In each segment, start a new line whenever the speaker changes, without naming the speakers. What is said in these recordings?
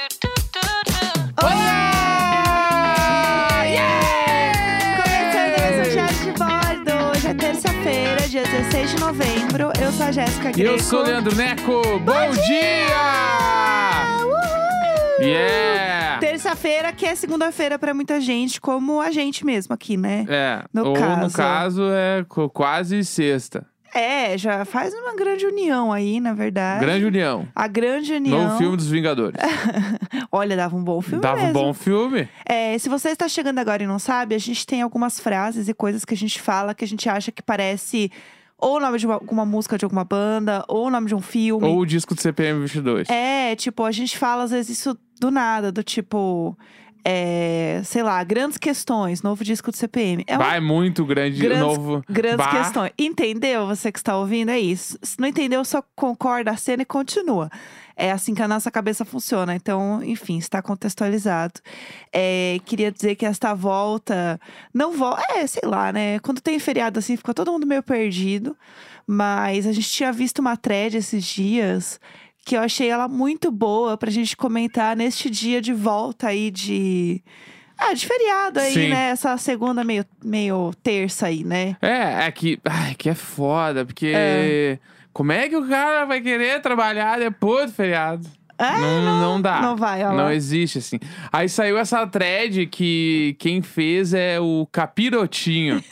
é um Quinta-feira, é dia 16 de novembro. Eu sou a Jéssica
E
Greco.
eu sou o Leandro Neco. Bom, dia!
Uhul!
Yeah!
Terça-feira, que é segunda-feira pra muita gente, como a gente mesmo aqui, né?
É,
No
ou no
caso.
caso é co- quase sexta.
É, já faz uma grande união aí, na verdade.
Grande União.
A grande Ah, união.
Novo filme dos Vingadores.
Olha, dava um bom filme
Tava um
mesmo.
bom filme.
É, se você está chegando agora e não sabe, a gente tem algumas frases e coisas que a gente fala que a gente acha que parece ou o nome de uma- alguma música de alguma banda, ou o nome de um filme.
Ou o disco do CPM 22.
É, tipo, a gente fala às vezes isso do nada, do tipo, é, sei lá, grandes questões, novo disco do CPM. É um
Vai muito grande,
Grandes-
novo.
grandes
Bah.
questões. Entendeu você que está ouvindo? É isso. Se não entendeu, só concorda a cena e continua. É assim que a nossa cabeça funciona. Então, enfim, está contextualizado. É, queria dizer que esta volta não volta. É, sei lá, né? Quando tem feriado assim, fica todo mundo meio perdido. Mas a gente tinha visto uma thread esses dias que eu achei ela muito boa pra gente comentar neste dia de volta aí de. Ah, de feriado aí,
Sim.
né? Essa segunda meio, meio terça aí, né?
É, é que, ai, que é foda, porque. Como é que o cara vai querer trabalhar depois do feriado?
É,
não, não, dá.
não vai, ó lá.
Não existe, assim. Aí saiu essa thread que quem fez é o Capirotinho.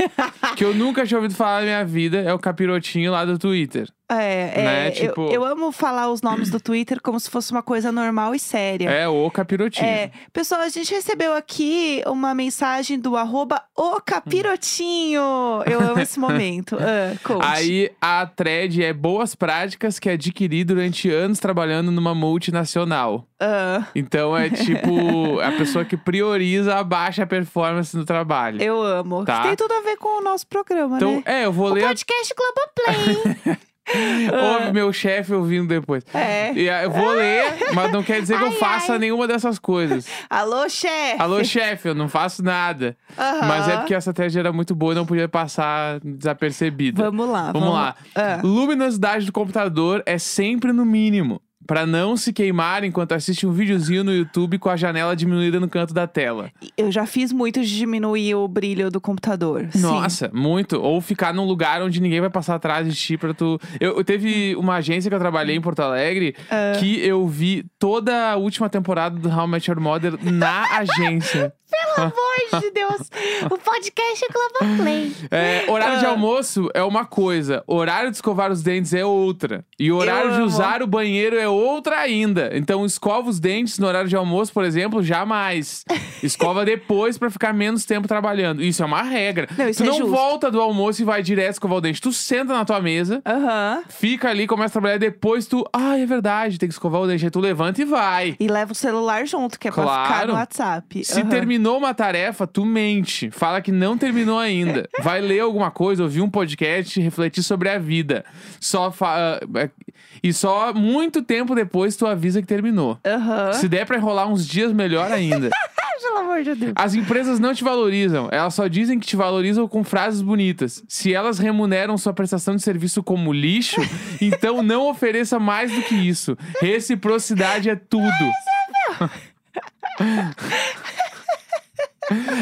que eu nunca tinha ouvido falar na minha vida. É o Capirotinho lá do Twitter.
É, é,
Né,
eu-
tipo-
eu, amo falar os nomes do Twitter como se fosse uma coisa normal e séria.
É o Capirotinho.
pessoal, a gente recebeu aqui uma mensagem do arroba o capirotinho. Eu amo esse momento. Ah, conte.
Aí a thread é boas práticas que adquiri durante anos trabalhando numa multinacional.
Ah,
Então é tipo a pessoa que prioriza a baixa performance no trabalho.
eu amo.
Tá.
Que tem tudo a ver com o nosso programa,
Então,
né?
é, eu vou
O
ler.
podcast Globoplay.
Ouve meu chefe ouvindo depois.
É.
E aí eu vou ler, mas não quer dizer que eu
Ai,
faça
ai.
nenhuma dessas coisas.
Alô, chefe.
Alô, chefe, eu não faço nada.
Aham.
Mas é porque essa thread era muito boa e não podia passar desapercebida.
Vamos lá.
Vamos lá.
Ah.
Luminosidade do computador é sempre no mínimo. Pra não se queimar enquanto assiste um videozinho no YouTube com a janela diminuída no canto da tela.
Eu já fiz muito de diminuir o brilho do computador. Sim.
Nossa, muito. Ou ficar num lugar onde ninguém vai passar atrás de ti pra tu. Eu, eu teve uma agência que eu trabalhei em Porto Alegre que eu vi toda a última temporada do How I Met Your Mother na agência.
Pelo amor de Deus. O podcast é Globoplay.
É, horário de
Ah.
almoço é uma coisa, horário de escovar os dentes é outra. E horário de
amo.
usar o banheiro é outra ainda. Então, escova os dentes no horário de almoço, por exemplo, jamais. Escova depois pra ficar menos tempo trabalhando. Isso é uma regra.
Não, isso
tu
é
não
justo.
volta do almoço e vai direto escovar o dente. Tu senta na tua mesa,
Aham.
fica ali, começa a trabalhar, depois tu. Ah, é verdade, tem que escovar o dente. Aí tu levanta e vai.
E leva o celular junto, que é pra ficar
Claro.
no WhatsApp.
Se
Aham.
terminou uma tarefa, tu mente. Fala que não terminou ainda. Vai ler alguma coisa, ouvir um podcast, refletir sobre a vida. Só fa- ah, E só muito tempo depois tu avisa que terminou.
Aham.
Se der pra enrolar uns dias, melhor ainda.
Ah, Pelo amor de Deus.
As empresas não te valorizam, elas só dizem que te valorizam com frases bonitas. Se elas remuneram sua prestação de serviço como lixo, então não ofereça mais do que isso. Reciprocidade é tudo.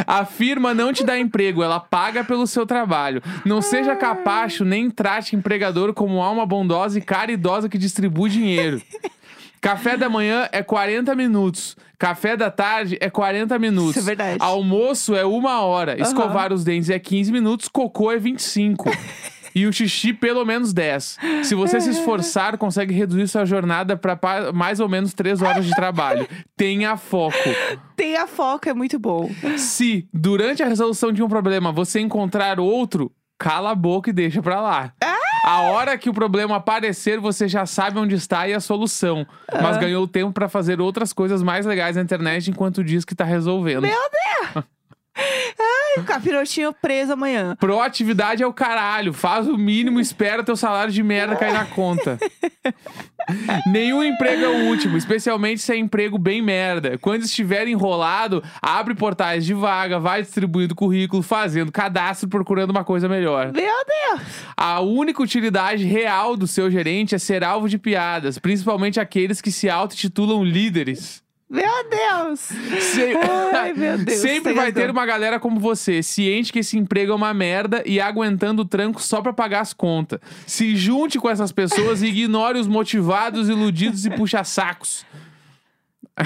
A firma não te dá emprego, ela paga pelo seu trabalho. Não seja capacho nem trate empregador como alma bondosa e caridosa que distribui dinheiro. Café da manhã é 40 minutos. Café da tarde é 40 minutos.
Isso é verdade.
Almoço é uma hora.
Aham.
Escovar os dentes é 15 minutos. Cocô é 25. e o xixi, pelo menos 10. Se você se esforçar, consegue reduzir sua jornada para mais ou menos 3 horas de trabalho. Tenha foco.
Tem a foca, é muito bom.
Se durante a resolução de um problema você encontrar outro, cala a boca e deixa pra lá. A hora que o problema aparecer, você já sabe onde está e a solução. Mas ganhou tempo pra fazer outras coisas mais legais na internet enquanto diz que tá resolvendo.
Ai, o capirotinho preso amanhã.
Proatividade é o caralho. Faz o mínimo, espera teu salário de merda cair na conta. Nenhum emprego é o último, especialmente se é emprego bem merda. Quando estiver enrolado, abre portais de vaga, vai distribuindo currículo, fazendo cadastro, procurando uma coisa melhor.
Meu Deus!
A única utilidade real do seu gerente é ser alvo de piadas, principalmente aqueles que se autotitulam líderes.
Meu Deus!
Se-
Ai, meu Deus.
Sempre
tem
vai
razão.
ter uma galera como você, ciente que esse emprego é uma merda e aguentando o tranco só pra pagar as contas. Se junte com essas pessoas e ignore os motivados, iludidos e puxa-sacos.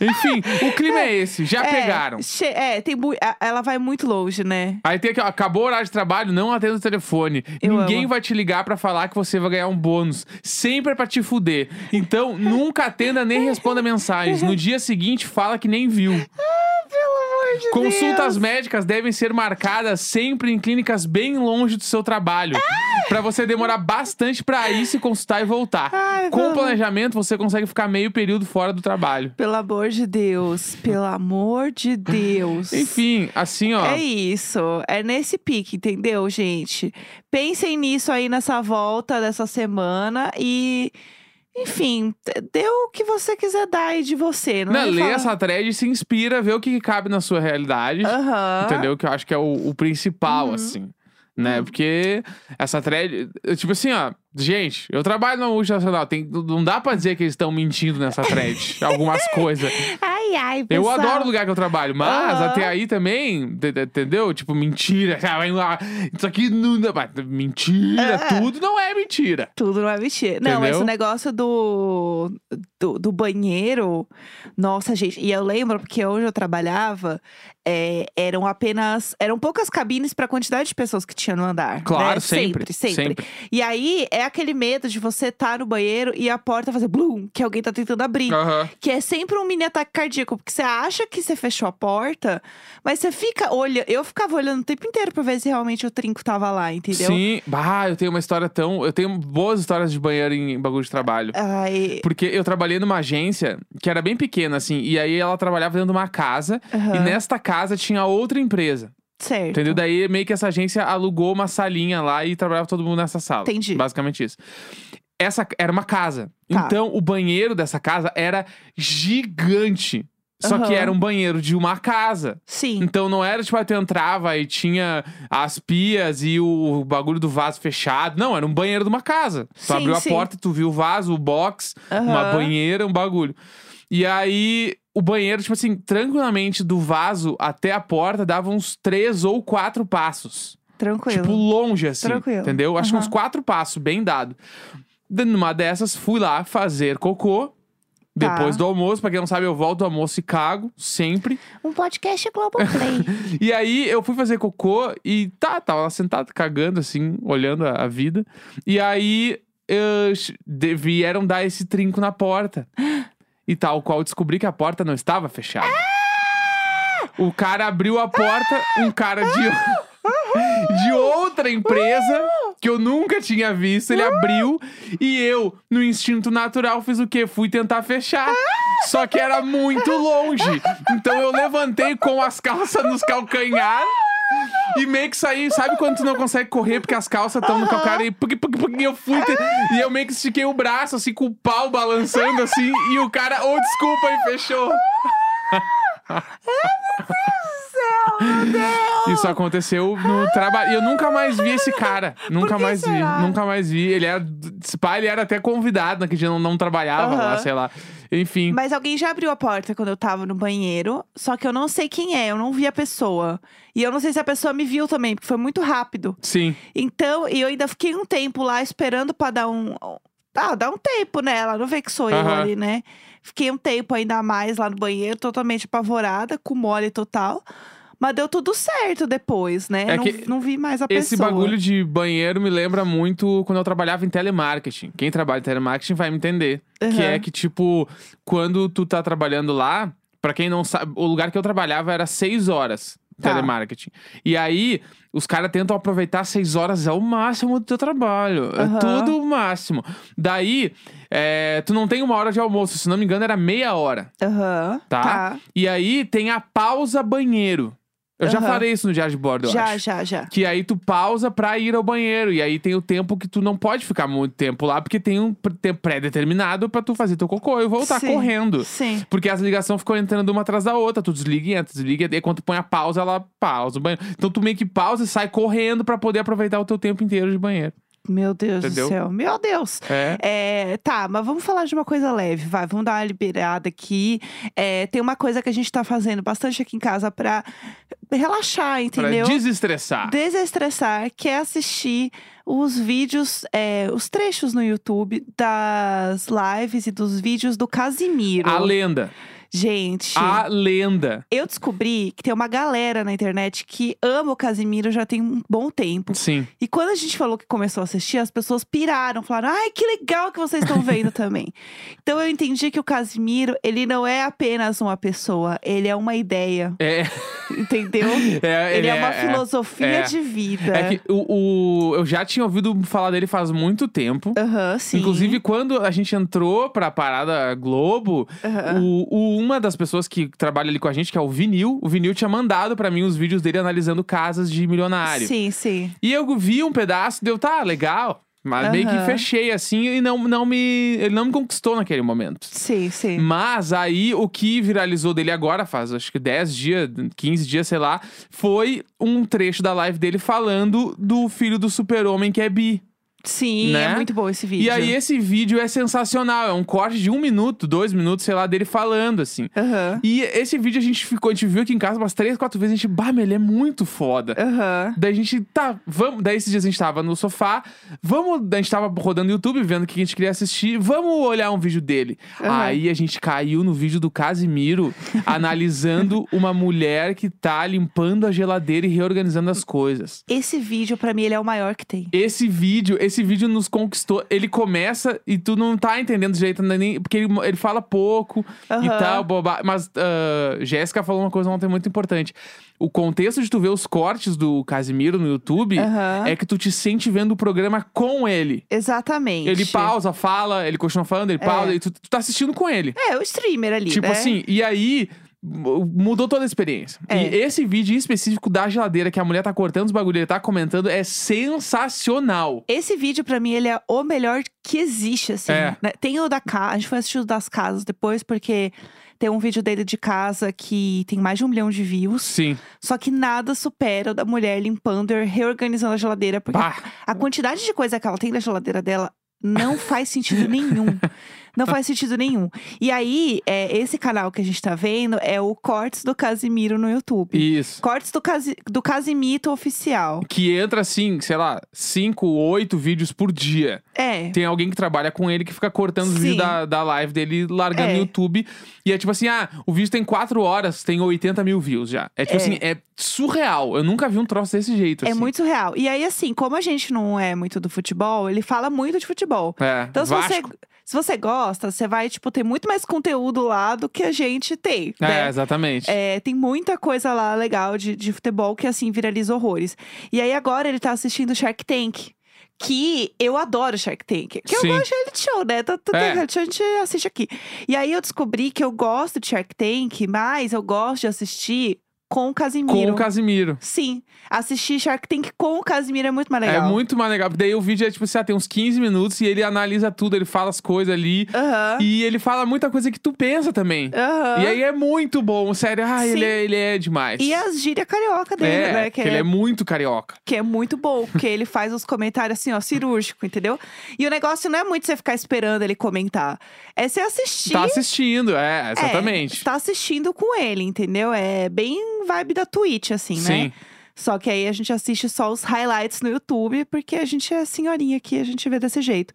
Enfim, o clima é esse. Já
É,
pegaram.
che- É, tem mu- a- ela vai muito longe, né?
Aí tem aqui, ó, acabou o horário de trabalho, não atenda o telefone.
Eu
Ninguém
amo.
vai te ligar pra falar que você vai ganhar um bônus. Sempre é pra te fuder. Então, nunca atenda nem responda mensagens. No dia seguinte, fala que nem viu.
Ah, Pelo amor de
Consultas
Deus.
médicas devem ser marcadas sempre em clínicas bem longe do seu trabalho. Pra você demorar bastante pra ir se consultar e voltar.
Ai,
Com
pelo-
o planejamento, você consegue ficar meio período fora do trabalho.
Pelo amor de Deus. Pelo amor de Deus.
Enfim, assim, ó.
É isso, é nesse pique, entendeu, gente? Pensem nisso aí nessa volta dessa semana e, enfim, t- dê o que você quiser dar aí de você, não
Né,
é?
lê
falar-
essa thread e se inspira, vê o que cabe na sua realidade.
Aham. Uhum.
Entendeu? Que eu acho que é o, o principal, assim. Né? Porque essa thread. eu, Tipo assim, ó. Gente, eu trabalho na multinacional. Tem, não dá pra dizer que eles estão mentindo nessa thread. algumas coisas.
Ai, ai,
Eu
pessoal.
adoro o lugar que eu trabalho, mas
Aham.
até aí também, te- te- entendeu? Tipo, mentira. cara, vai lá, Isso aqui não. dá- mas Mentira,
É.
tudo não é mentira.
Tudo não é mentira. Não,
Entendeu?
esse negócio do, do, do banheiro. Nossa, gente. E eu lembro porque onde eu trabalhava é, eram apenas. Eram poucas cabines para a quantidade de pessoas que tinha no andar.
Claro,
né?
sempre,
sempre.
sempre.
E aí é aquele medo de você estar no banheiro e a porta fazer blum, que alguém tá tentando abrir.
Aham.
Que é sempre um mini ataque cardíaco, porque você acha que você fechou a porta, mas você fica olhando. Eu ficava olhando o tempo inteiro pra ver se realmente o trinco tava lá, entendeu?
Sim. Bah, eu tenho uma história tão. Eu tenho boas histórias de banheiro em bagulho de trabalho.
Ai.
Porque eu trabalhei numa agência que era bem pequena, assim, e aí ela trabalhava dentro de uma casa,
Aham.
e nesta casa tinha outra empresa.
Certo.
Entendeu? Daí meio que essa agência alugou uma salinha lá e trabalhava todo mundo nessa sala.
Entendi.
Basicamente isso. Essa era uma casa.
Tá.
Então o banheiro dessa casa era gigante. Só que
Aham.
era um banheiro de uma casa.
Sim.
Então não era tipo, aí tu entrava e tinha as pias e o bagulho do vaso fechado. Não, era um banheiro de uma casa. Tu
Sim,
abriu a
sim.
porta, tu viu o vaso, o box, uma
Aham.
banheira, um bagulho. E aí, o banheiro, tipo assim, tranquilamente do vaso até a porta dava uns três ou quatro passos.
Tranquilo.
Tipo, longe, assim.
Tranquilo.
Entendeu? Acho que uns
Aham.
quatro passos, bem dado. D- Numa dessas, fui lá fazer cocô.
Tá.
Depois do almoço, pra quem não sabe, eu volto do almoço e cago, sempre.
Um podcast é Globoplay.
E aí eu fui fazer cocô e tá, tava lá sentado, cagando, assim, olhando a, a vida. E aí eu ch- de- vieram dar esse trinco na porta. E tal qual eu descobri que a porta não estava fechada. O cara abriu a porta, um cara de. De outra empresa que eu nunca tinha visto, ele abriu e eu, no instinto natural, fiz o quê? Fui tentar fechar. Só que era muito longe. Então eu levantei com as calças nos calcanhar e meio que saí. Sabe quando tu não consegue correr porque as calças estão no calcanhar e pug, pug, pug, e eu fui. te- E eu meio que estiquei o braço, assim, com o pau balançando, assim, e o cara, ô, desculpa, e fechou. Isso aconteceu no trabalho. E eu nunca mais vi esse cara. Nunca
que
mais
será?
vi. Nunca mais vi. Ele era. Esse pai, ele era até convidado, né, naquele dia não, não trabalhava lá,
Aham.
sei lá. Enfim.
Mas alguém já abriu a porta quando eu tava no banheiro, só que eu não sei quem é, eu não vi a pessoa. E eu não sei se a pessoa me viu também, porque foi muito rápido.
Sim.
Então, e eu ainda fiquei um tempo lá esperando pra dar um. Ah, dá um tempo, né? Ela não vê que sou eu
Aham.
ali, né? Fiquei um tempo ainda a mais lá no banheiro, totalmente apavorada, com mole total. Mas deu tudo certo depois, né?
É
não,
que
não vi mais a
Esse
pessoa.
bagulho de banheiro me lembra muito quando eu trabalhava em telemarketing. Quem trabalha em telemarketing vai me entender. Que
Aham.
é que, tipo, quando tu tá trabalhando lá, pra quem não sabe, o lugar que eu trabalhava era seis horas.
Tá.
Telemarketing. E aí, os caras tentam aproveitar seis horas ao máximo do teu trabalho. É
Aham.
tudo o máximo. Daí, é, tu não tem uma hora de almoço, se não me engano, era meia hora.
Aham.
Tá?
tá.
E aí tem a pausa banheiro. Eu já
Aham.
falei isso no Diário de Bordo, eu
Já,
acho.
já, já.
Que aí tu pausa pra ir ao banheiro. E aí tem o tempo que tu não pode ficar muito tempo lá, porque tem um pr- tempo pré-determinado pra tu fazer teu cocô e voltar
Sim.
correndo.
Sim.
Porque as ligações ficam entrando uma atrás da outra. Tu desliga e entra, desliga. E aí quando tu põe a pausa, ela pausa o banheiro. Então tu meio que pausa e sai correndo pra poder aproveitar o teu tempo inteiro de banheiro.
Meu Deus
Entendeu?
do céu. Meu Deus.
É.
É, tá, mas vamos falar de uma coisa leve, vai. Vamos dar uma liberada aqui. É, tem uma coisa que a gente tá fazendo bastante aqui em casa pra relaxar, entendeu?
Pra desestressar.
Desestressar, que é assistir os vídeos, é, os trechos no YouTube das lives e dos vídeos do Casimiro.
A lenda.
Gente.
A lenda.
Eu descobri que tem uma galera na internet que ama o Casimiro já tem um bom tempo.
Sim.
E quando a gente falou que começou a assistir, as pessoas piraram, falaram: "Ai, que legal que vocês estão vendo também". Então eu entendi que o Casimiro, ele não é apenas uma pessoa, ele é uma ideia,
É,
entendeu?
é,
ele é uma
é-
filosofia
é.
de vida.
É que o, o- eu já tinha ouvido falar dele faz muito tempo.
Aham, sim.
Inclusive, quando a gente entrou pra parada Globo,
Aham.
o- o- uma das pessoas que trabalha ali com a gente, que é o Vinil, o Vinil tinha mandado pra mim os vídeos dele analisando casas de milionário.
Sim, sim.
E eu vi um pedaço, deu, tá, legal. Mas meio que
Aham.
fechei assim e não, não me. Ele não me conquistou naquele momento.
Sim,
Hum,
sim.
Mas aí o que viralizou dele agora, faz acho que 10 dias, 15 dias, sei lá, foi um trecho da live dele falando do filho do super-homem que é bi.
Sim,
Né?
é muito bom esse vídeo.
E aí esse vídeo é sensacional, é um corte de um minuto, dois minutos, sei lá, dele falando, assim.
Aham.
E esse vídeo a gente ficou, a gente viu aqui em casa umas três, quatro vezes, a gente, bah, meu, ele é muito foda.
Aham.
Daí a gente, tá, vamos. Daí esses dias a gente tava no sofá, vamos. daí A gente tava rodando o YouTube, vendo o que a gente queria assistir, vamos olhar um vídeo dele.
Aham.
Aí a gente caiu no vídeo do Casimiro analisando uma mulher que tá limpando a geladeira e reorganizando as coisas.
Esse vídeo pra mim ele é o maior que tem.
Esse vídeo, esse vídeo nos conquistou. Ele começa e tu não tá entendendo direito ainda nem. Porque ele, ele fala pouco e
Aham.
tal, boba. Mas ah, Jéssica falou uma coisa ontem muito importante. O contexto de tu ver os cortes do Casimiro no YouTube
Aham.
é que tu te sente vendo o programa com ele.
Exatamente.
Ele pausa, fala, ele continua falando, ele
É.
pausa, e tu, tu tá assistindo com ele.
É, o streamer ali,
Tipo
né?
assim, e aí mu- mudou toda a experiência.
É.
E esse vídeo em específico da geladeira, que a mulher tá cortando os bagulho, ele tá comentando, é sensacional.
Esse vídeo, pra mim, ele é o melhor que existe, assim.
É.
né? Tem o da casa. A gente foi assistir o das casas depois, porque tem um vídeo dele de casa que tem mais de um milhão de views.
Sim.
Só que nada supera o da mulher limpando e reorganizando a geladeira. Porque
Bah.
a quantidade de coisa que ela tem na geladeira dela não faz sentido nenhum. Não faz sentido nenhum. E aí, é, esse canal que a gente tá vendo é o Cortes do Casimiro no YouTube.
Isso.
Cortes do, Casi... do Casimito Oficial.
Que entra assim, sei lá, cinco, oito vídeos por dia.
É.
Tem alguém que trabalha com ele que fica cortando os
Sim.
vídeos da, da live dele, largando
É.
no YouTube. E é tipo assim: ah, o vídeo tem quatro horas, tem 80 mil views já. É tipo
É.
assim, é surreal. Eu nunca vi um troço desse jeito.
É
assim.
muito real. E aí, assim, como a gente não é muito do futebol, ele fala muito de futebol.
É,
Então, se
Vasco.
você, se você gosta, você vai, tipo, ter muito mais conteúdo lá do que a gente tem,
É,
né?
exatamente.
É, tem muita coisa lá legal de, de futebol que, assim, viraliza horrores. E aí, agora ele tá assistindo Shark Tank. Que eu adoro Shark Tank. Que eu
Sim.
gosto de reality show, né? Tá- Tudo
É.
é. reality show a gente assiste aqui. E aí, eu descobri que eu gosto de Shark Tank, mas eu gosto de assistir com o Casimiro.
Com o Casimiro.
Sim, assistir Shark Tank com o Casimiro é muito mais legal.
É muito mais legal. Daí o vídeo é tipo assim, ah, tem uns 15 minutos e ele analisa tudo, ele fala as coisas ali.
Aham.
E ele fala muita coisa que tu pensa também.
Aham.
E aí é muito bom, sério. Ah, ele
Sim.
é, ele é demais.
E as gírias carioca dele,
É,
né?
que
Que,
ele
é,
é muito carioca.
que é muito bom, porque ele faz os comentários assim, ó, cirúrgico, entendeu? E o negócio não é muito você ficar esperando ele comentar. É você assistir.
Tá assistindo, é,
É,
exatamente.
tá assistindo com ele, entendeu? É bem vibe da Twitch, assim,
Sim.
né? Só que aí a gente assiste só os highlights no YouTube, porque a gente é senhorinha aqui, a gente vê desse jeito.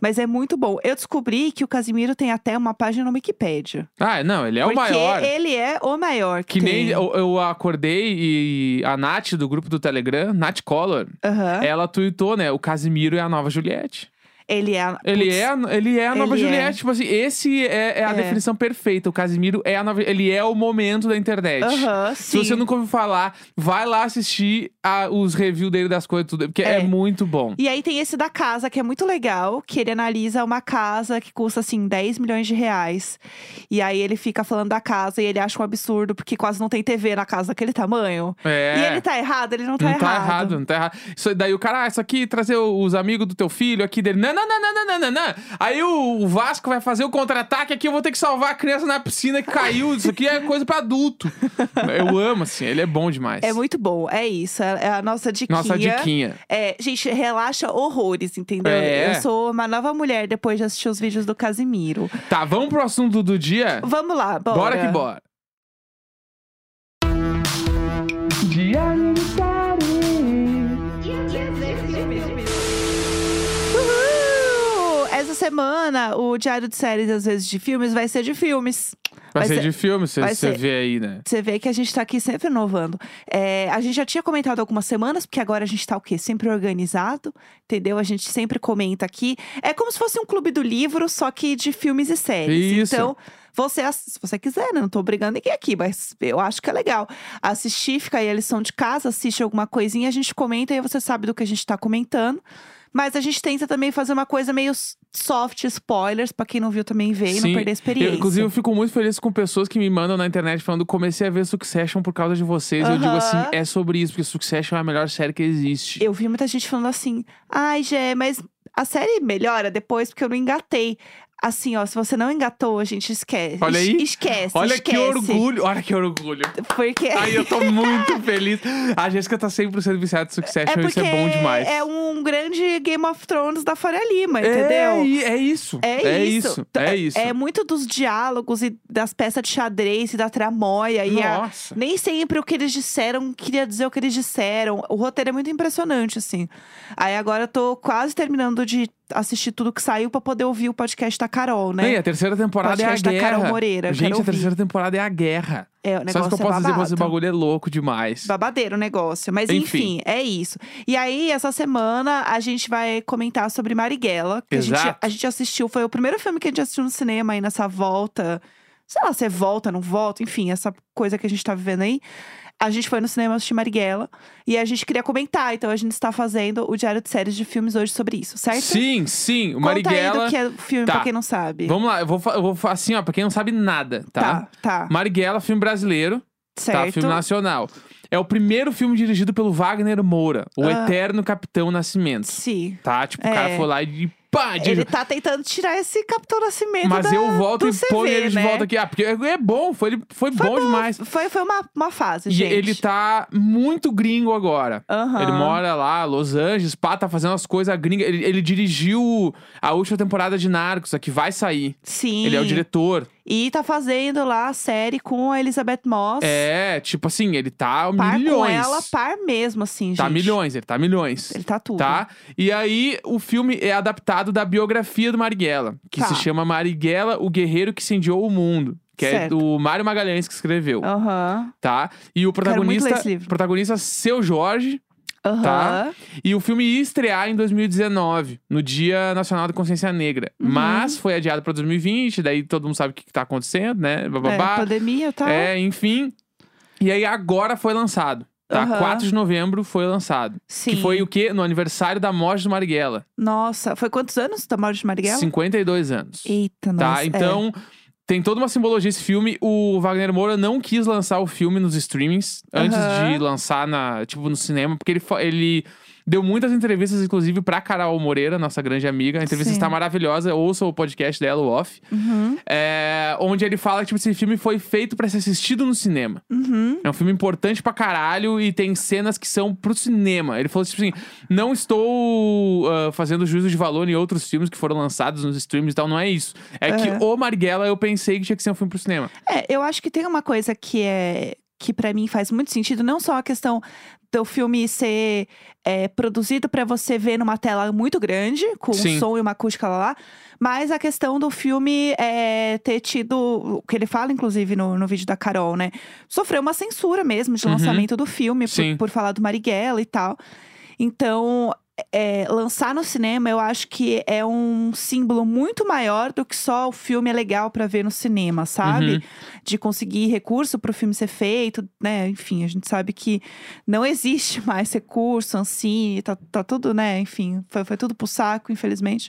Mas é muito bom. Eu descobri que o Casimiro tem até uma página no Wikipedia.
Ah, não, ele é o
Porque
maior.
ele é o maior. Que,
Que nem
tem.
eu, eu acordei e a Nath do grupo do Telegram, Nath Collor,
Aham.
ela tuitou, né? O Casimiro é a nova Juliette.
Ele é.
Ele,
putz,
é, a- ele é a nova
ele é.
Juliette. Tipo assim, esse é, é a
É.
definição perfeita. O Casimiro é a nova. Ele é o momento da internet.
Aham,
Se
sim.
você nunca ouviu falar, vai lá assistir a- os reviews dele das coisas, tudo, porque é,
É.
muito bom.
E aí tem esse da casa, que é muito legal, que ele analisa uma casa que custa, assim, 10 milhões de reais. E aí ele fica falando da casa e ele acha um absurdo, porque quase não tem TV na casa daquele tamanho.
É.
E ele tá errado, ele não tá
não
errado.
tá errado, não tá errado. Isso, daí o cara, ah, isso aqui, trazer o- os amigos do teu filho aqui dele. Não, não, nananana. Aí o, o Vasco vai fazer o contra-ataque aqui, eu vou ter que salvar a criança na piscina que caiu. Isso aqui é coisa pra adulto. Eu amo, assim, ele é bom demais.
É muito bom, é isso. É é a nossa diquinha.
Nossa diquinha.
É, gente, relaxa horrores, entendeu?
É.
Eu sou uma nova mulher depois de assistir os vídeos do Casimiro.
Tá, vamos pro assunto do dia?
Vamos lá, bora.
Bora que bora. Diário do
Uhul! Essa semana, o diário de séries, às vezes de filmes, vai ser de filmes.
Vai,
Vai
ser,
ser-
de filme, você,
vai
você
ser-
vê aí, né?
Você vê que a gente tá aqui sempre inovando. É, a gente já tinha comentado algumas semanas, porque agora a gente tá o quê? Sempre organizado, entendeu? A gente sempre comenta aqui. É como se fosse um clube do livro, só que de filmes e séries.
Isso.
Então, você, ass- se você quiser, né? Não tô obrigando ninguém aqui, mas eu acho que é legal. Assistir, fica aí a lição de casa, assiste alguma coisinha, a gente comenta e aí você sabe do que a gente tá comentando. Mas a gente tenta também fazer uma coisa meio s- soft spoilers, pra quem não viu também ver e
Sim.
não perder a experiência.
Eu, inclusive, eu fico muito feliz com pessoas que me mandam na internet falando comecei a ver Succession por causa de vocês. Eu digo
Aham.
assim, é sobre isso, porque Succession é a melhor série que existe.
Eu vi muita gente falando assim: ai, Gé, mas a série melhora depois porque eu não engatei. Assim, ó, se você não engatou, a gente esquece.
Olha aí.
Esquece.
Olha
esquece,
que orgulho, olha que orgulho.
Porque.
Ai, eu tô muito feliz. A Jéssica tá 100% viciada de
é
Succession,
porque
isso é bom demais.
é um grande Game of Thrones da Faria Lima,
É,
entendeu?
i- é isso.
É isso. T-
É isso.
É muito dos diálogos e das peças de xadrez e da tramóia. E a-
Nossa.
Nem sempre o que eles disseram queria dizer o que eles disseram. O roteiro é muito impressionante, assim. Aí agora eu tô quase terminando de assistir tudo que saiu pra poder ouvir o podcast da Carol,
Ei,
né?
a terceira temporada
podcast
é a
da
guerra.
Carol Moreira. eu
Gente,
quero
a
ouvir.
terceira temporada é a guerra.
É, o negócio
Só isso que eu
é
posso dizer pra
babado.
você, o bagulho é louco demais.
Babadeiro o negócio. Mas enfim.
Enfim.
é isso. E aí, essa semana, a gente vai comentar sobre Marighella. Que a gente-
Exato.
a gente assistiu, foi o primeiro filme que a gente assistiu no cinema aí nessa volta. Sei lá, se é volta, não volta, enfim, essa coisa que a gente tá vivendo aí. A gente foi no cinema assistir Marighella e a gente queria comentar, então a gente está fazendo o diário de séries de filmes hoje sobre isso, certo?
Sim, sim. O
Conta aí
Marighella.
do que é o filme,
Tá.
pra quem não sabe.
Vamos lá, eu vou, fa- eu vou fa- assim, ó, pra quem não sabe nada, tá?
tá, tá,
Marighella, filme brasileiro, tá?
certo.
Filme nacional. É o primeiro filme dirigido pelo Wagner Moura, o
Ah.
eterno Capitão Nascimento.
Sim.
Tá? Tipo, o cara
É.
foi lá e pá,
Ele
dirigiu.
tá tentando tirar esse Capitão Nascimento
Mas
da-
eu volto
do
e
CV,
ponho ele de
né?
volta aqui. Ah, porque é é bom, foi, ele- foi, bom, demais.
Foi, foi uma, uma fase,
E
gente.
ele tá muito gringo agora.
Aham.
Ele mora lá, Los Angeles, pá, tá fazendo as coisas gringas. Ele, ele dirigiu a última temporada de Narcos, a que vai sair.
Sim.
Ele é o diretor.
E tá fazendo lá a série com a Elizabeth Moss.
É, tipo assim, ele tá
Par com
milhões.
ela, par mesmo, assim,
tá
gente.
milhões, ele tá milhões.
Ele tá tudo.
Tá? E aí, o filme é adaptado da biografia do Marighella, que
Tá.
se chama Marighella, o guerreiro que incendiou o mundo, que é
Certo.
do Mário Magalhães que escreveu,
Aham.
tá? E o
Quero muito ler
protagonista,
esse livro.
protagonista Seu Jorge,
Aham.
Tá. e o filme ia estrear em 2019, no Dia Nacional da Consciência Negra,
Uhum.
mas foi adiado pra 2020, daí todo mundo sabe o que, que tá acontecendo, né? Blá, blá,
É,
blá.
pandemia, tá?
É, enfim. E aí agora foi lançado. Tá?
Aham.
4 de novembro foi lançado.
Sim.
Que foi o quê? No aniversário da morte do Marighella.
Nossa, foi quantos anos da morte de Marighella?
52 anos. tá?
Eita, nossa. é.
Então, tem toda uma simbologia esse filme. O Wagner Moura não quis lançar o filme nos streamings antes
Aham.
de lançar na, tipo, no cinema, porque ele, fa- ele deu muitas entrevistas, inclusive, pra Carol Moreira, nossa grande amiga. A entrevista
Sim.
está maravilhosa. Ouça o podcast dela, o Off.
Uhum,
É, onde ele fala que tipo, esse filme foi feito pra ser assistido no cinema.
uhum.
É um filme importante pra caralho e tem cenas que são pro cinema. Ele falou tipo assim: não estou ah, fazendo juízo de valor em outros filmes que foram lançados nos streams e tal, não é isso. É que o Marighella eu pensei que tinha que ser um filme pro cinema.
É, eu acho que tem uma coisa que é que pra mim faz muito sentido, não só a questão do filme ser é, produzido pra você ver numa tela muito grande, com
Sim.
um som e uma acústica lá, lá, mas a questão do filme é, ter tido, o que ele fala inclusive no, no vídeo da Carol, né? Sofreu uma censura mesmo de
Uhum.
lançamento do filme,
Sim.
por, por falar do Marighella e tal. Então, é, lançar no cinema, eu acho que é um símbolo muito maior do que só o filme é legal pra ver no cinema, sabe?
Uhum.
De conseguir recurso pro filme ser feito, né? Enfim, a gente sabe que não existe mais recurso, Ancine, tá, tá tudo, né? Enfim, foi, foi tudo pro saco, infelizmente.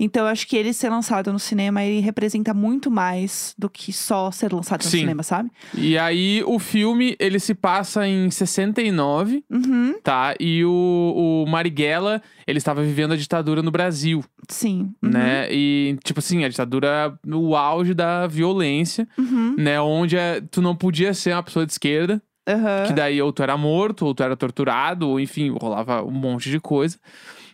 Então, eu acho que ele ser lançado no cinema, ele representa muito mais do que só ser lançado no
Sim.
cinema, sabe?
E aí o filme ele se passa em 69,
Uhum.
tá? E o, o Marighella Venezuela, ele estava vivendo a ditadura no Brasil,
Sim. Uhum,
né? E, tipo assim, a ditadura, o auge da violência,
Uhum.
né? Onde é- tu não podia ser uma pessoa de esquerda,
Aham.
que daí ou tu era morto, ou tu era torturado, ou enfim, rolava um monte de coisa.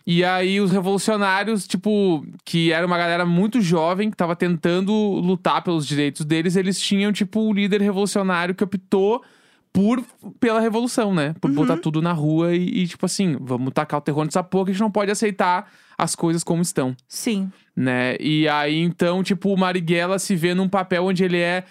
E aí os revolucionários, tipo, que era uma galera muito jovem, que tava tentando lutar pelos direitos deles, eles tinham, tipo, um líder revolucionário que optou por pela revolução, né? Por botar tudo na rua e, e, tipo assim, vamos tacar o terror nessa porra que a gente não pode aceitar as coisas como estão
Sim.
né? E aí então, tipo, o Marighella se vê num papel onde ele é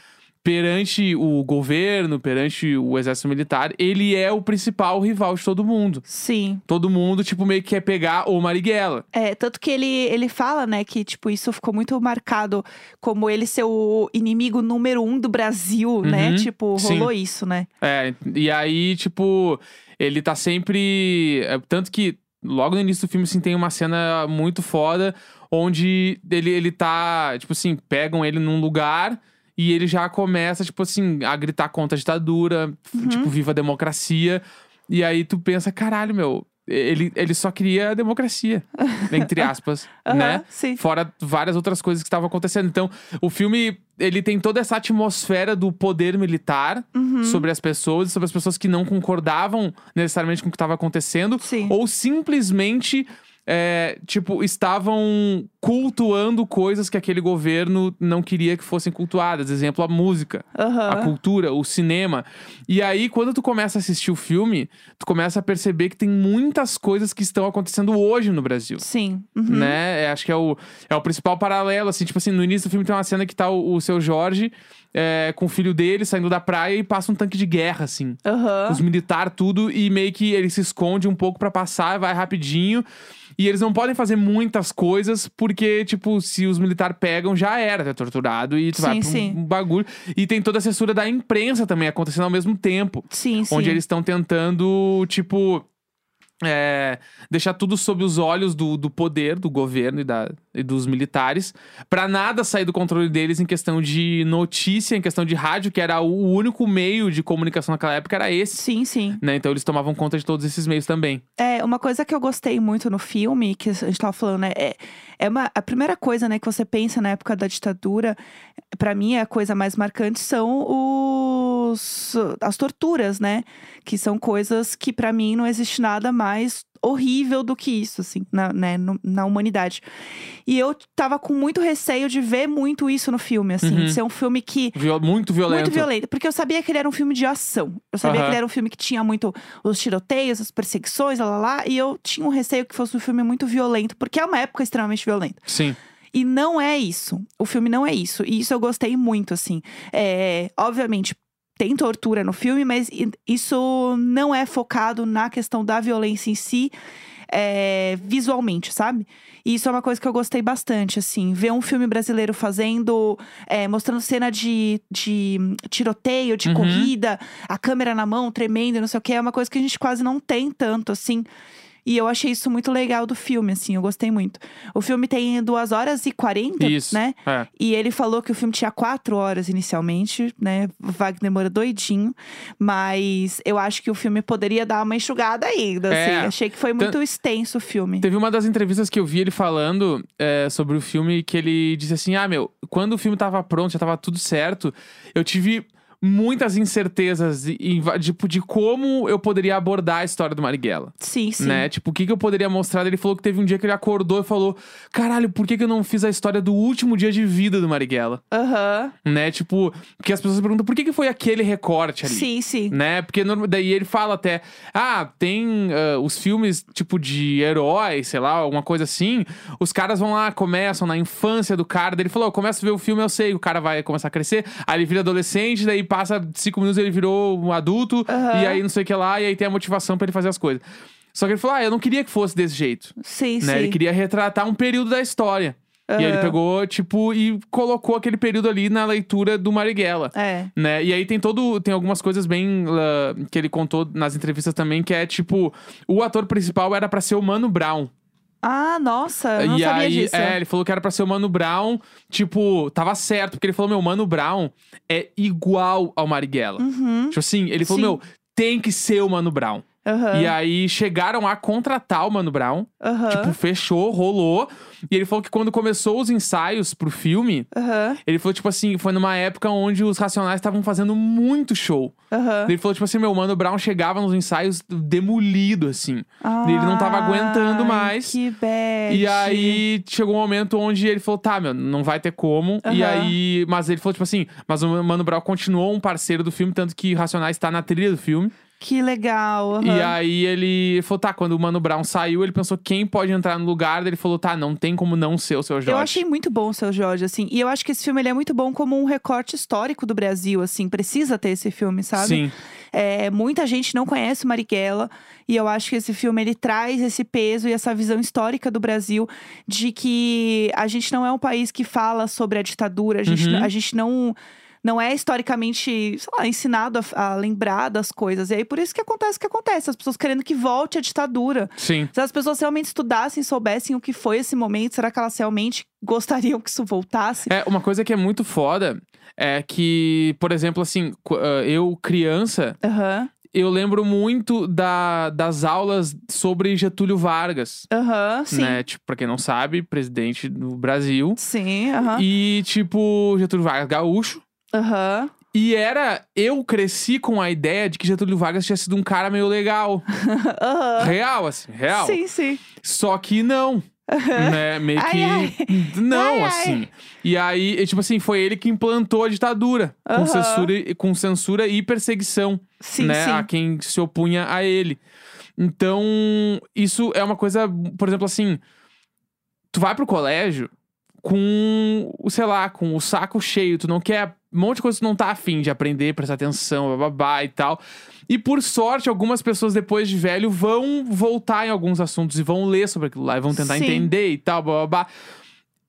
perante o governo, perante o exército militar, ele é o principal rival de todo mundo.
Sim.
Todo mundo, tipo, meio que quer pegar o Marighella.
É, tanto que ele, ele fala, né, que, tipo, isso ficou muito marcado como ele ser o inimigo número um do Brasil, né?
Uhum,
Tipo, rolou isso, né?
É, e aí, tipo, ele tá sempre. é, Tanto que logo no início do filme, assim, tem uma cena muito foda onde ele, ele tá. Tipo assim, pegam ele num lugar. E ele já começa, tipo assim, a gritar contra a ditadura, f- tipo, viva a democracia. E aí tu pensa, caralho, meu, ele, ele só queria a democracia, entre aspas,
Aham,
né?
sim.
Fora várias outras coisas que estavam acontecendo. Então, o filme, ele tem toda essa atmosfera do poder militar
Uhum.
sobre as pessoas, sobre as pessoas que não concordavam necessariamente com o que estava acontecendo.
Sim.
Ou simplesmente, é, tipo, estavam cultuando coisas que aquele governo não queria que fossem cultuadas. Exemplo, a música a
Aham.
cultura, o cinema. E aí, quando tu começa a assistir o filme, tu começa a perceber que tem muitas coisas que estão acontecendo hoje no Brasil.
Sim. Uhum.
Né? É, acho que é o, é o principal paralelo, assim. Tipo assim, no início do filme tem uma cena que tá o, o seu Jorge é, com o filho dele saindo da praia e passa um tanque de guerra, assim.
Aham.
Os militar, tudo, e meio que ele se esconde um pouco pra passar, vai rapidinho. E eles não podem fazer muitas coisas, porque, tipo, se os militares pegam, já era, tá torturado e tu vai
Sim,
pra um-
sim.
um bagulho. E tem toda a censura da imprensa também acontecendo ao mesmo tempo.
Sim, sim.
Onde eles estão tentando, tipo. é, deixar tudo sob os olhos do, do poder, do governo e, da, e dos militares, pra nada sair do controle deles em questão de notícia, em questão de rádio, que era o único meio de comunicação naquela época, era esse
Sim, sim.
né? Então eles tomavam conta de todos esses meios também.
É, uma coisa que eu gostei muito no filme, que a gente tava falando, né? É, é uma, a primeira coisa, né, que você pensa na época da ditadura, pra mim é a coisa mais marcante são os, as torturas, né? Que são coisas que pra mim não existe nada mais horrível do que isso, assim, na, né, no- na humanidade. E eu tava com muito receio de ver muito isso no filme, assim,
Uhum.
de ser um filme que
Viol- muito violento.
muito violento, porque eu sabia que ele era um filme de ação. Eu sabia
Aham.
que ele era um filme que tinha muito os tiroteios, as perseguições, lá, lá, lá. E eu tinha um receio que fosse um filme muito violento, porque é uma época extremamente violenta.
Sim.
E não é isso. O filme não é isso. E isso eu gostei muito, assim. É, obviamente, tem tortura no filme, mas i- isso não é focado na questão da violência em si. é, visualmente, sabe? E isso é uma coisa que eu gostei bastante, assim. Ver um filme brasileiro fazendo. é, mostrando cena de, de hum, tiroteio, de
Uhum.
corrida, a câmera na mão, tremendo, não sei o que. É uma coisa que a gente quase não tem tanto, assim. E eu achei isso muito legal do filme, assim, eu gostei muito. O filme tem 2 horas e 40,
Isso.
né?
É.
E ele falou que o filme tinha quatro horas inicialmente, né? O Wagner Moura doidinho. Mas eu acho que o filme poderia dar uma enxugada ainda,
É.
assim. Achei que foi muito extenso o filme.
Teve uma das entrevistas que eu vi ele falando é, sobre o filme que ele disse assim: Ah, meu, quando o filme tava pronto, já tava tudo certo, eu tive muitas incertezas e- e va- tipo, de como eu poderia abordar a história do Marighella.
Sim, sim.
Né? Tipo, o que, que eu poderia mostrar? Ele falou que teve um dia que ele acordou e falou: Caralho, por que, que eu não fiz a história do último dia de vida do Marighella?
Aham.
Né? Tipo, porque as pessoas perguntam por que, que foi aquele recorte ali?
Sim, sim.
né? Porque norma- daí ele fala até, ah, tem ah, os filmes tipo de heróis, sei lá, alguma coisa assim. Os caras vão lá, começam na infância do cara. Daí ele falou, eu começo a ver o filme, eu sei, que o cara vai começar a crescer. Aí ele vira adolescente, daí passa cinco minutos ele virou um adulto.
Aham.
E aí não sei o que lá, e aí tem a motivação pra ele fazer as coisas. Só que ele falou, ah, eu não queria que fosse desse jeito.
Sim,
Né? Ele
sim.
queria retratar um período da história. E aí ele pegou, tipo, e colocou aquele período ali na leitura do Marighella
É.
né? E aí tem todo, tem algumas coisas bem ah, que ele contou nas entrevistas também que é tipo, o ator principal era pra ser o Mano Brown.
Ah, nossa, eu não
e
sabia
aí,
disso.
é, ele falou que era pra ser o Mano Brown, tipo, tava certo, porque ele falou, meu, Mano Brown é igual ao Marighella.
Uhum.
Tipo assim, ele falou,
Sim. Uhum.
meu, tem que ser o Mano Brown.
Aham.
E aí chegaram a contratar o Mano Brown.
Aham.
Tipo, fechou, rolou. E ele falou que quando começou os ensaios pro filme,
Aham.
ele falou, tipo assim, foi numa época onde os Racionais estavam fazendo muito show.
Aham.
Ele falou, tipo assim, meu, Mano Brown chegava nos ensaios demolido, assim. Ele não tava aguentando
Ai,
mais.
Que bad.
E aí chegou um momento onde ele falou, tá, meu, não vai ter como. E
Aham.
aí. Mas ele falou, tipo assim, mas o Mano Brown continuou um parceiro do filme, tanto que Racionais tá na trilha do filme.
Que legal.
E
aham.
aí ele falou, tá, quando o Mano Brown saiu, ele pensou quem pode entrar no lugar. Daí Ele falou, tá, não tem como não ser o seu Jorge.
Eu achei muito bom o seu Jorge, assim. E eu acho que esse filme ele é muito bom como um recorte histórico do Brasil, assim. Precisa ter esse filme, sabe?
Sim.
É, muita gente não conhece o Marighella e eu acho que esse filme ele traz esse peso e essa visão histórica do Brasil de que a gente não é um país que fala sobre a ditadura, a gente,
Uhum.
a gente não não é historicamente, sei lá, ensinado a, a lembrar das coisas. E aí por isso que acontece o que acontece, as pessoas querendo que volte a ditadura.
Sim.
Se as pessoas realmente estudassem, soubessem o que foi esse momento, será que elas realmente gostariam que isso voltasse?
É, uma coisa que é muito foda é que, por exemplo, assim, qu- ah, eu criança,
Aham,
eu lembro muito da, das aulas sobre Getúlio Vargas.
aham, sim.
Né? Tipo, pra quem não sabe, presidente do Brasil.
Sim, aham,
E, tipo, Getúlio Vargas gaúcho.
aham.
E era. Eu cresci com a ideia de que Getúlio Vargas tinha sido um cara meio legal.
Aham.
Real, assim, real.
Sim, sim.
Só que não. né? Meio
Ai,
que.
ai. Ai,
Não,
ai.
assim. E aí, e, tipo assim, foi ele que implantou a ditadura.
Aham.
Com, censura, e- com censura e perseguição,
Sim,
né?
sim.
A quem se opunha a ele. Então, isso é uma coisa, por exemplo, assim. Tu vai pro colégio com, o- sei lá, com o saco cheio, tu não quer. Um monte de coisa que tu não tá afim de aprender, prestar atenção, bababá e tal. E por sorte, algumas pessoas depois de velho vão voltar em alguns assuntos e vão ler sobre aquilo lá e vão tentar
Sim.
entender e tal, bababá.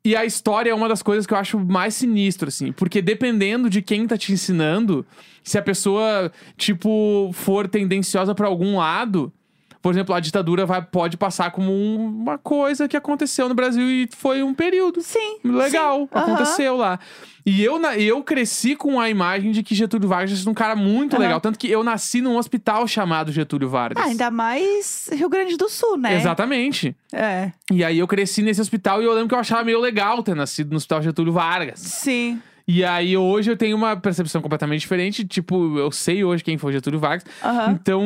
E a história é uma das coisas que eu acho mais sinistro, assim. Porque dependendo de quem tá te ensinando, se a pessoa, tipo, for tendenciosa pra algum lado, por exemplo, a ditadura vai, pode passar como um- uma coisa que aconteceu no Brasil e foi um período.
Sim.
Legal,
sim. Aham.
aconteceu lá. E eu, na- eu cresci com a imagem de que Getúlio Vargas era um cara muito
Aham.
legal. Tanto que eu nasci num hospital chamado Getúlio Vargas.
Ah, ainda mais Rio Grande do Sul, né?
Exatamente.
É.
E aí eu cresci nesse hospital e eu lembro que eu achava meio legal ter nascido no hospital Getúlio Vargas.
Sim.
E aí hoje eu tenho uma percepção completamente diferente. Tipo, eu sei hoje quem foi Getúlio Vargas.
Aham.
Então,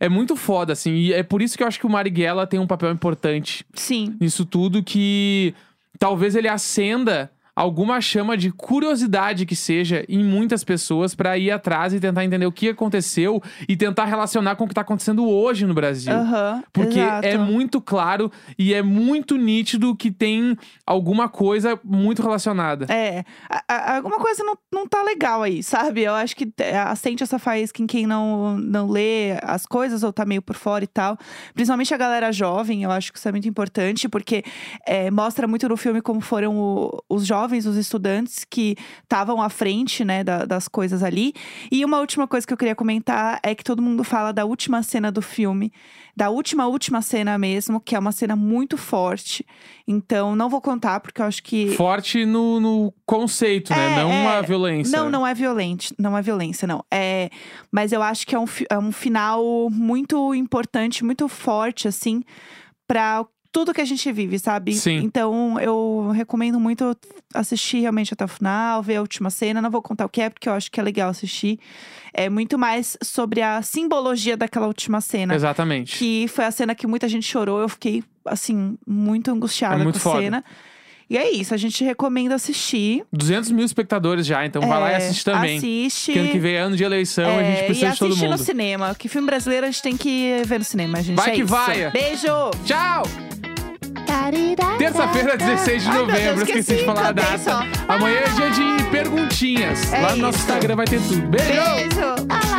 é muito foda, assim. E é por isso que eu acho que o Marighella tem um papel importante
Sim.
nisso tudo que talvez ele acenda alguma chama de curiosidade que seja em muitas pessoas pra ir atrás e tentar entender o que aconteceu e tentar relacionar com o que tá acontecendo hoje no Brasil.
Aham.
Porque
Exato.
é muito claro e é muito nítido que tem alguma coisa muito relacionada.
É. A- a- alguma coisa não, não tá legal aí, sabe? Eu acho que é, acende essa faísca em quem não, não lê as coisas ou tá meio por fora e tal. Principalmente a galera jovem, eu acho que isso é muito importante, porque é, mostra muito no filme como foram o- os jovens, os estudantes que estavam à frente, né, da- das coisas ali. E uma última coisa que eu queria comentar é que todo mundo fala da última cena do filme, da última, última cena mesmo, que é uma cena muito forte. Então, não vou contar, porque eu acho que.
Forte no, no conceito, né?
É,
Não
é.
a violência.
Não, não é violente, não é violência, não. É, mas eu acho que é um, fi- é um final muito importante, muito forte, assim, pra tudo que a gente vive, sabe?
Sim.
Então eu recomendo muito assistir realmente até o final, ver a última cena. Não vou contar o que é, porque eu acho que é legal assistir. É muito mais sobre a simbologia daquela última cena.
Exatamente.
né? Que foi a cena que muita gente chorou. Eu fiquei, assim, muito angustiada
É muito
com a
foda.
cena. E é isso, a gente recomenda assistir.
200 mil espectadores já, então vai lá e
É,
assiste também.
Assiste.
Porque ano que vem é ano de eleição, a gente
É,
precisa
e
de todo
assiste
mundo.
no cinema. Que filme brasileiro a gente tem que ver no cinema, gente.
Vai
É
que
isso.
vai.
Beijo!
Tchau! Terça-feira, 16 de
Ai, meu
novembro.
Deus,
esqueci, de
Ah, esqueci,
falar a
cadê
data.
só?
Amanhã é dia de perguntinhas.
É
lá no nosso
isso.
Instagram vai ter tudo. Beijo!
Beijo!